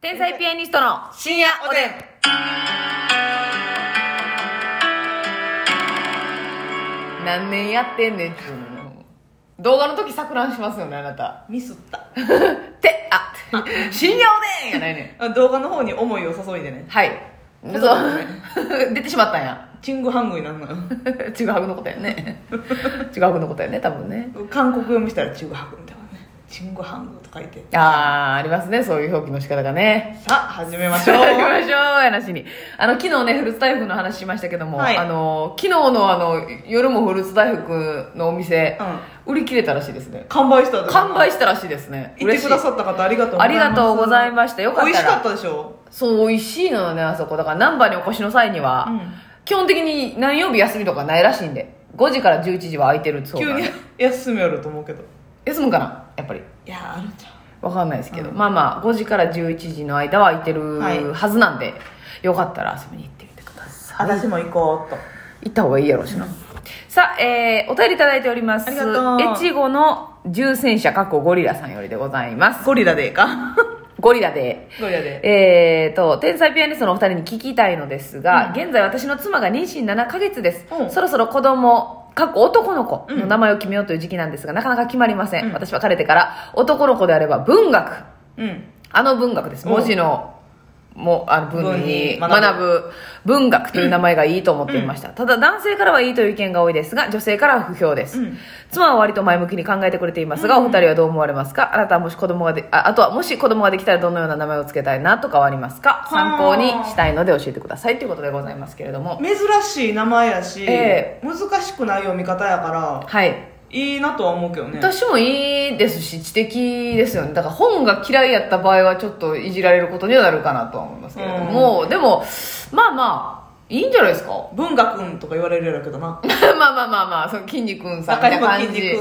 天才ピアニストの深夜おでん何年やってんねんっていうのも動画の時錯乱しますよねあなたミスったてあ深夜おでんやないねあ動画の方に思いを注いでねんはいそう 出てしまったんやチングハングになんのよちぐはぐのことやねちぐはぐのことやね多分ね韓国読みしたらチングハングみたいなねチングハングと書いてああーありますねそういう表記の仕方がねさあ始めまし行 ょうきましょうやなしにあの昨日ねフルーツ大福の話しましたけども、はいあの昨日のあの夜もフルーツ大福のお店、売り切れたらしいですね完売した完売ししたらしいですね行ってくだいさった方ありがとうありがとうございましたよかったら美味しかったでしょそう美味しいのよねあそこだから難波にお越しの際には、うん基本的に何曜日休みとかないらしいんで5時から11時は空いてるそう急なんにで休みよると思うけど休むかなやっぱりいやあるじゃんわかんないですけど、うまあまあ5時から11時の間は空いてるはいはずなんで、よかったら遊びに行ってみてください私も行こうっと行った方がいいやろうしな、さあ、えー、お便りいただいておりますありがとう越後の重戦車かっこゴリラさんよりでございますゴリラでええかゴリラでゴリラでえー、と天才ピアニストのお二人に聞きたいのですが、う現在私の妻が妊娠7ヶ月です、うんそろそろ子供かっこ男の子の名前を決めようという時期なんですが、なかなか決まりません、うん私はかれてから男の子であれば文学うんあの文学ですうん文字のもあの文に文に学ぶ学ぶ文学という名前がいいと思っていました、ただ男性からはいいという意見が多いですが女性からは不評です、うん妻は割と前向きに考えてくれていますが、お二人はどう思われますかあなたはもし子供がでああとはもし子供ができたらどのような名前をつけたいなとかはありますか参考にしたいので教えてくださいということでございますけれども珍しい名前やし、え難しくない読み方やからはいいいなとは思うけどね私もいいですし知的ですよねだから本が嫌いやった場合はちょっといじられることにはなるかなとは思いますけれども、でもまあまあいいんじゃないですか 文学君とか言われるやろうけどなまあまあまあまあその筋肉さんみ中たいな島きん感にじ君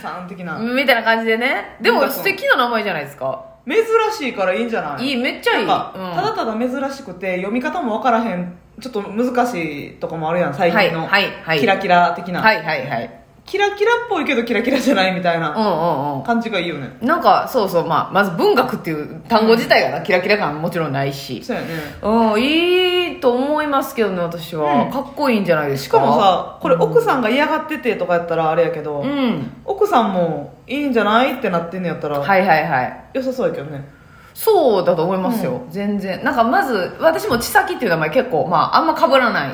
さん的なみたいな感じでねで文も学素敵な名前じゃないですか珍しいからいいんじゃないいいめっちゃいい、なんかうんただただ珍しくて読み方も分からへんちょっと難しいとかもあるやん最近の、はいはいはいキラキラ的な、はいはいはいキラキラっぽいけどキラキラじゃないみたいうんなうんうん感じがいいよね、なんかそうそう、まあ、まず文学っていう単語自体がな、キラキラ感もちろんないしそうやねうんいいと思いますけどね私は、うんかっこいいんじゃないですしかかもさこれ奥さんが嫌がっててとかやったらあれやけど、うん奥さんもいいんじゃないってなってんのやったら、はいはいはい良さそうやけどねそうだと思いますよ、全然なんかまず私も「ちさき」っていう名前結構まああんま被らな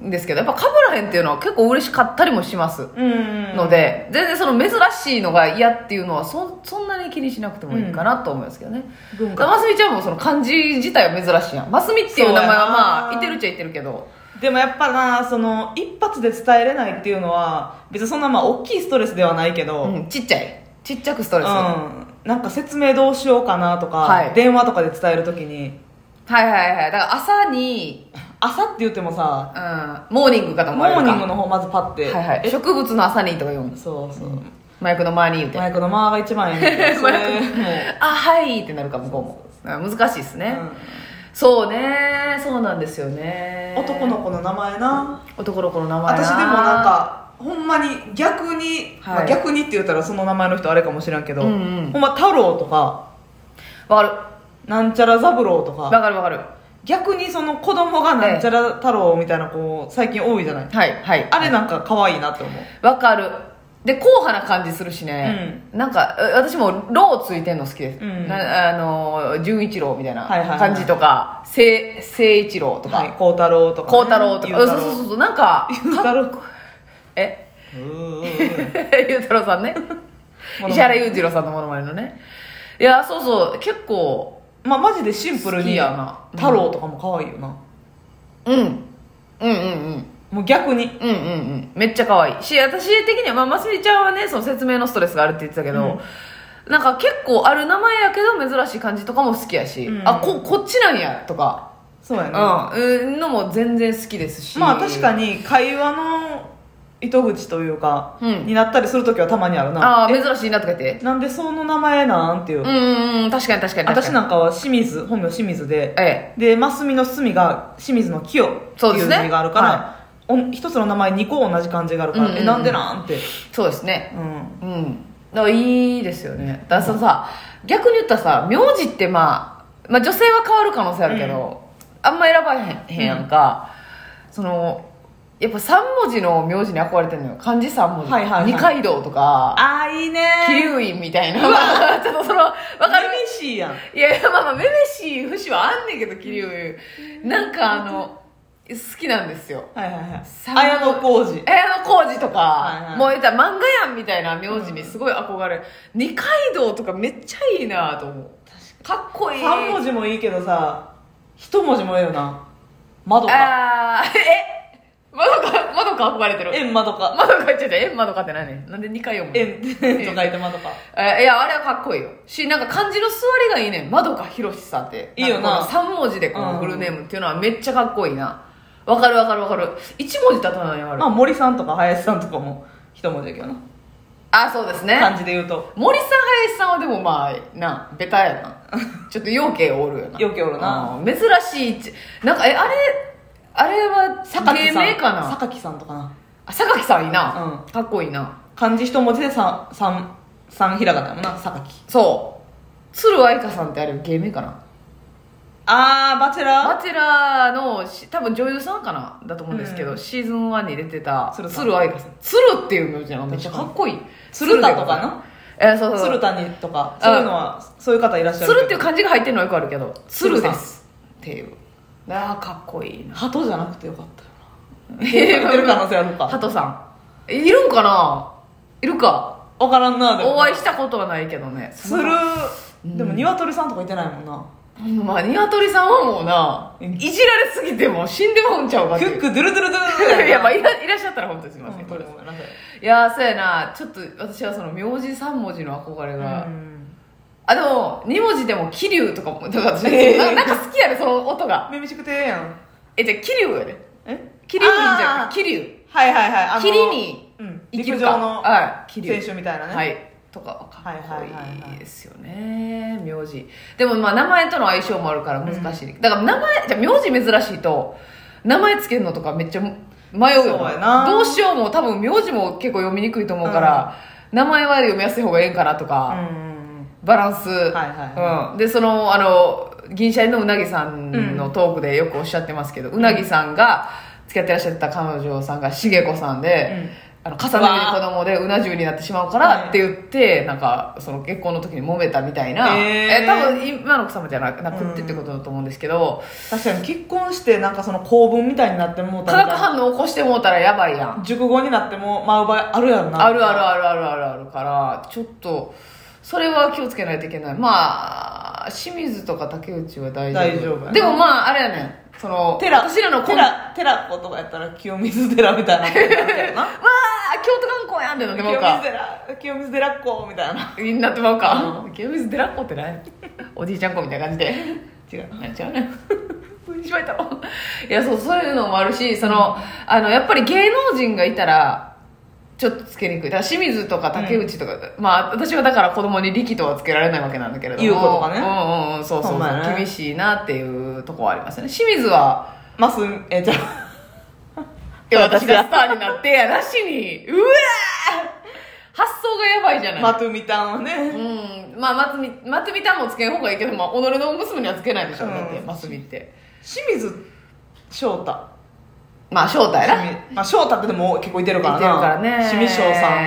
うんいんですけどやっぱ被らへんっていうのは結構嬉しかったりもしますうんので、全然その珍しいのが嫌っていうのはそそんなに気にしなくてもいいかなと思いますけどね、文だ化からますみちゃんもその漢字自体は珍しいやんますみっていう名前はまあそうやないてるっちゃいてるけどでもやっぱなその一発で伝えれないっていうのは別にそんなまあ大きいストレスではないけど、ううんんちっちゃいちっちゃくストレス、はいなんか説明どうしようかなとか、はい電話とかで伝えるときにはいはいだから朝に、朝って言ってもさうん、モーニングかと思モわれるーかニングの方まずパッて、はいはい植物の朝にとか言うんですそうそう、マイクの前に言うてマイクの間が一番ええねんけどそ マれイクもあはいってなるか向こうもうん難しいですね、う、そうねそうなんですよねうん男の子の名前な男の子の名前な私でもなんかほんまに逆に、まあはい逆にって言ったらその名前の人あれかもしれんけど、うんうんほんま太郎とかわかるなんちゃら三郎とかわかるわかる逆にその子供がなんちゃら太郎みたいな子最近多いじゃないはいはいあれなんか可愛いなって思うわかるで硬派な感じするしね、なんかえ私も「ロー」ついてんの好きです、うんなあの純一郎みたいなはいはいはい感じとか聖聖一郎とはいか孝太郎とか孝、太郎とかゆううんたそうろそううそうそうなんかゆうたろうえ うーんゆうたろうさん ねマネ石原裕次郎さんのモノマネのねいやそうそう結構まあマジでシンプル好きにやな太郎とかも可愛いよなうんうんうんうんもう逆にうんうんうんめっちゃ可愛いし私的にはまあますみちゃんはねその説明のストレスがあるって言ってたけど、なんか結構ある名前やけど珍しい感じとかも好きやし、うんあここっちなんやとか、そうやうね、んうん、のも全然好きですしまあ確かにに会話の糸口というか、うんになったりする時はたまにあるなああ珍しいなとか言ってなんでその名前なんっていうう、んうんうん確かに確かに確かに私なんかは清水本名清水でえでますみの隅が清水の清ってそういでうす字ねがあるから、お一つの名前2個同じ漢字があるから、うんうんうんえなんでなんって、えそうですねうん、うんだからいいですよねだからそのさ逆に言ったらさ名字ってまあまあ、女性は変わる可能性あるけど、あんま選ばへんへんやんか、そのやっぱ3文字の名字に憧れてるのよ漢字3文字、はいはいはい二階堂とかああいいね桐生院みたいな ちょっとそのわかる寂しいやんいやいやまあまあめめしい節はあんねんけど桐生院なんかあの好きなんですよはいはいはい寒い綾野浩二綾小路とか、はいはいもう言ったら漫画やんみたいな名字にすごい憧れ、二階堂とかめっちゃいいなと思うかっこいい3文字もいいけどさ一文字もええよな窓かあーえまどかまどか憧れてる円窓かまどか言っちゃったえまどかって何ねんなんで二回読むの円と書いて窓かえいやあれはかっこいいよしなんか漢字の座りがいいねんまどかひろしさんっていいよなんかこの3文字でこうのんフルネームっていうのはめっちゃかっこいいなわかるわかるわかる一文字だったのにあるまあ森さんとか林さんとかも一文字やけどなあそうですね漢字で言うと森さん林さんはでもまあなベタや なちょっと陽気おるよなようけおるなうん珍しいちなんかえあれあれは榊芸さん名かな榊さんとかなあ榊さんいいな、うかっこいいな漢字一文字で三三三ひらがなやもんな榊そう鶴愛香さんってあれ芸名かなあーバチェラバチェラーのし多分女優さんかなだと思うんですけど、うんシーズン1に出てた鶴さん鶴愛香さん鶴っていう名字なのめっちゃかっこいい鶴田とでござかいまなすえーそうそうそう鶴谷とかそういうのはそういう方いらっしゃるけど鶴っていう漢字が入ってるのはよくあるけど鶴鶴さんですっていうああかっこいいな鳩じゃなくてよかったよえやってる可能性あるかハトさんいるんかないるか分からんなでもお会いしたことはないけどねするうんでも鶏さんとかいてないもんなほんまあニワトリさんはもうなうんいじられすぎてもう死んでもうんちゃうかってクいッうクドゥルドゥルドゥルドゥルいやまあいらいらっしゃったら本当にすみません、これごめんなさいいやーそうやなちょっと私はその名字3文字の憧れが、うんあでも2文字でも桐生とかもだから私えーななんか好きやねその音がめみしくてええやんえじゃあ桐生やねえ桐生いいんじゃあんー桐生はいはいはいあの霧にうん生き陸る上かのはい選桐生手みたいなねはいとかはかっこはいはいはいいはいいですよね名字でもまあ名前との相性もあるから難しい、だから名前じゃあ名字珍しいと名前つけるのとかめっちゃ迷うよそうやなどうしようも多分名字も結構読みにくいと思うから、名前は読みやすい方がええんかなとうんうか、んバランス、うんはいはいはうん、でそのあの銀シャリのうなぎさんのトークでよくおっしゃってますけど、うなぎさんが付き合ってらっしゃった彼女さんがしげこさんで、あの重なる子供でうな重になってしまうかはいらって言って、なんかその結婚の時に揉めたみたいな、へーえ多分今の奥様じゃななくってってことだと思うんですけど、い確かに結婚してなんかその公文みたいになってもうた化ら学反応起こしてもうたらやばいやん熟語になってもまあ場合あるやんなあるあるあるあるあるあるからちょっとそれは気をつけないといけないまあ清水とか竹内は大丈夫大丈夫やなでもまああれやねんその寺私らのこんわ寺寺子とかやったら清水寺みたいなことになる けどなあ京都観光やんってなってまう清か水寺清水寺っ子みたいななってまうか清水寺っ子ってない おじいちゃん子みたいな感じで違う違うね しまいたろいやそうそういうのもあるしそのあのやっぱり芸能人がいたらちょっとつけにくいだから清水とか竹内とか、まあ私はだから子供に力とはつけられないわけなんだけれども優子とかねうんうんうんそうそうほそんう、まやね厳しいなっていうとこはありますよね清水はマスえじゃあいや私私ががスターになってやなしにうわー発想がやばい じゃない、マトゥミタンはねうんまあ松見松見たんもつけん方がいいけど、まあ、己の娘にはつけないでしょ、うんだって松見って清水翔太まあ正体な清水まあ翔太ってでも結構いてるからいなてるからね清水翔さん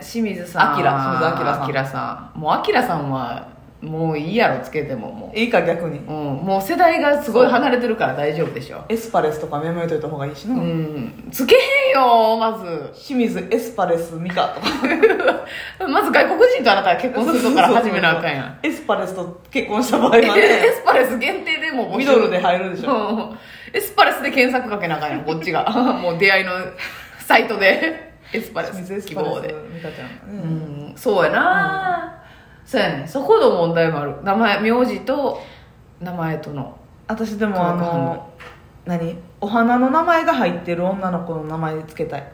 清水さん明清水明さん明さんもうあきらさんはもういいやろつけてももいいか逆にう、うん、もう世代がすごい離れてるから大丈夫でしょエスパレスとかメモ入れといた方がいいしな、うんつけへんよまず清水エスパレスミカとか まず外国人とあなたが結婚するとこから始めなあかんやんエスパレスと結婚した場合はエ ねスパレス限定でもう募集ミドルで入るでしょうんエスパレスで検索かけなあかんやんこっちが もう出会いのサイトでエスパレ清水エスス希パ望レでスミカちゃん、うんねそうやな、そうやねそこの問題もある名前名字と名前との私でもあ化学反の何お花の名前が入ってる女の子の名前つけたい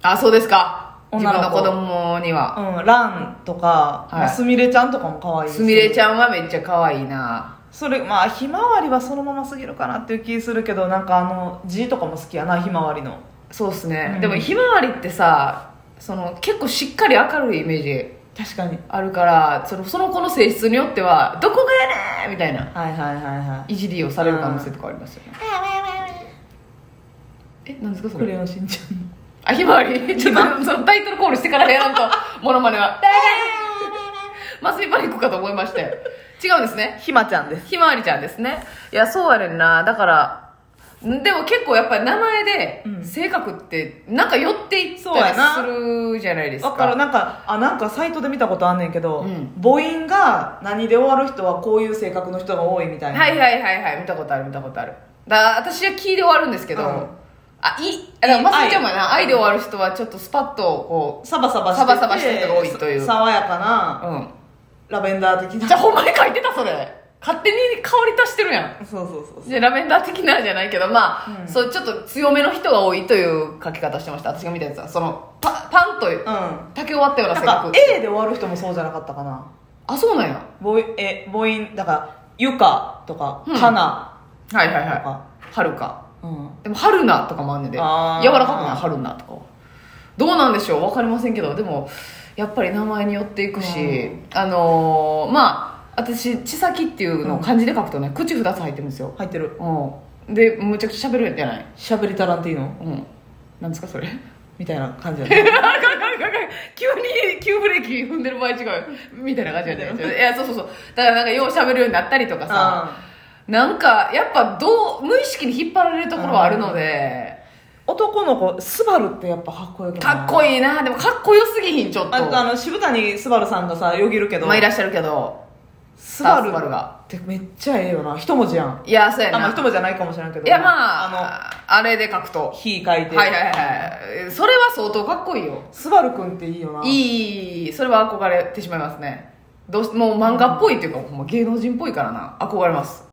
あそうですか自女の分子の子供にはうんランとか、はいまあすみれちゃんとかも可愛いすみれちゃんゃんはめっちゃ可愛いなそれまあひまわりはそのまますぎるかなっていう気するけどなんかあの字とかも好きやなひまわりのそうっすね、うんでもひまわりってさその結構しっかり明るいイメージ確かにあるからそのその子の性質によってはどこがやねんみたいなはいはいはい はいいじりをされる可能性とかありますよねえなんですかそクレれヨンしんちゃんあひまわりちょっとそのタイトルコールしてからやら んとモノマネはマスミパニックかと思いまして違うんですねひまちゃんですひまわりちゃんですねいやそうやねんなだからんでも結構やっぱり名前でうん性格ってなんか寄っていっそうたやりなするじゃないですかだからなんかあなんかサイトで見たことあんねんけど、うん母音が何で終わる人はこういう性格の人が多いみたいな、はいはいはいはい見たことある見たことあるだから私は聞いで終わるんですけど、うんあいいだからまさちゃんもな愛愛で終わる人はちょっとスパッとこサバサバしててサバサバした人が多いというさ爽やかなううんラベンダー的なじゃあほんまに書いてたそれ勝手に香り足してるやんそうそうそうそうじゃあラベンダー的なんじゃないけどまあ、うんそうちょっと強めの人が多いという書き方してました私が見たやつはそのパパンとうんな竹終わったようなん性か格 A で終わる人もそうじゃなかったかなあそうなんや母音え母音だから「ゆか」とか「うんかなはいは」いとはか、い春かうんでも春菜とかもあんねんで柔あーらかくない春菜とかはどうなんでしょう分かりませんけどでもやっぱり名前によっていくし、うんあのーまあ私「ちさき」っていうのを漢字で書くとね、口2つ入ってるんですよ、入ってるうん、でむちゃくちゃ喋るんじゃないしゃべりタランティーノうんなんですかそれみたいな感じやね急に急ブレーキ踏んでる場合違うみたいな感じやねいやそうそうそうだからなんかよう喋るようになったりとかさ、なんかやっぱどう無意識に引っ張られるところはあるので、うん男の子スバルってやっぱかっこよくないかっこいいなでもかっこよすぎひんちょっとあとあの渋谷スバルさんがさよぎるけど、まあいらっしゃるけどスバあルスバルがってめっちゃええよな一文字やんいやそうやあな、まあ一文字じゃないかもしれんけどいやまあああれで書くのと火書いて、はいはいはいそれは相当かっこいいよスバルくんっていいよないいいいそれは憧れてしまいますねどうしもう漫画っぽいっていうか、もう芸能人っぽいからな憧れます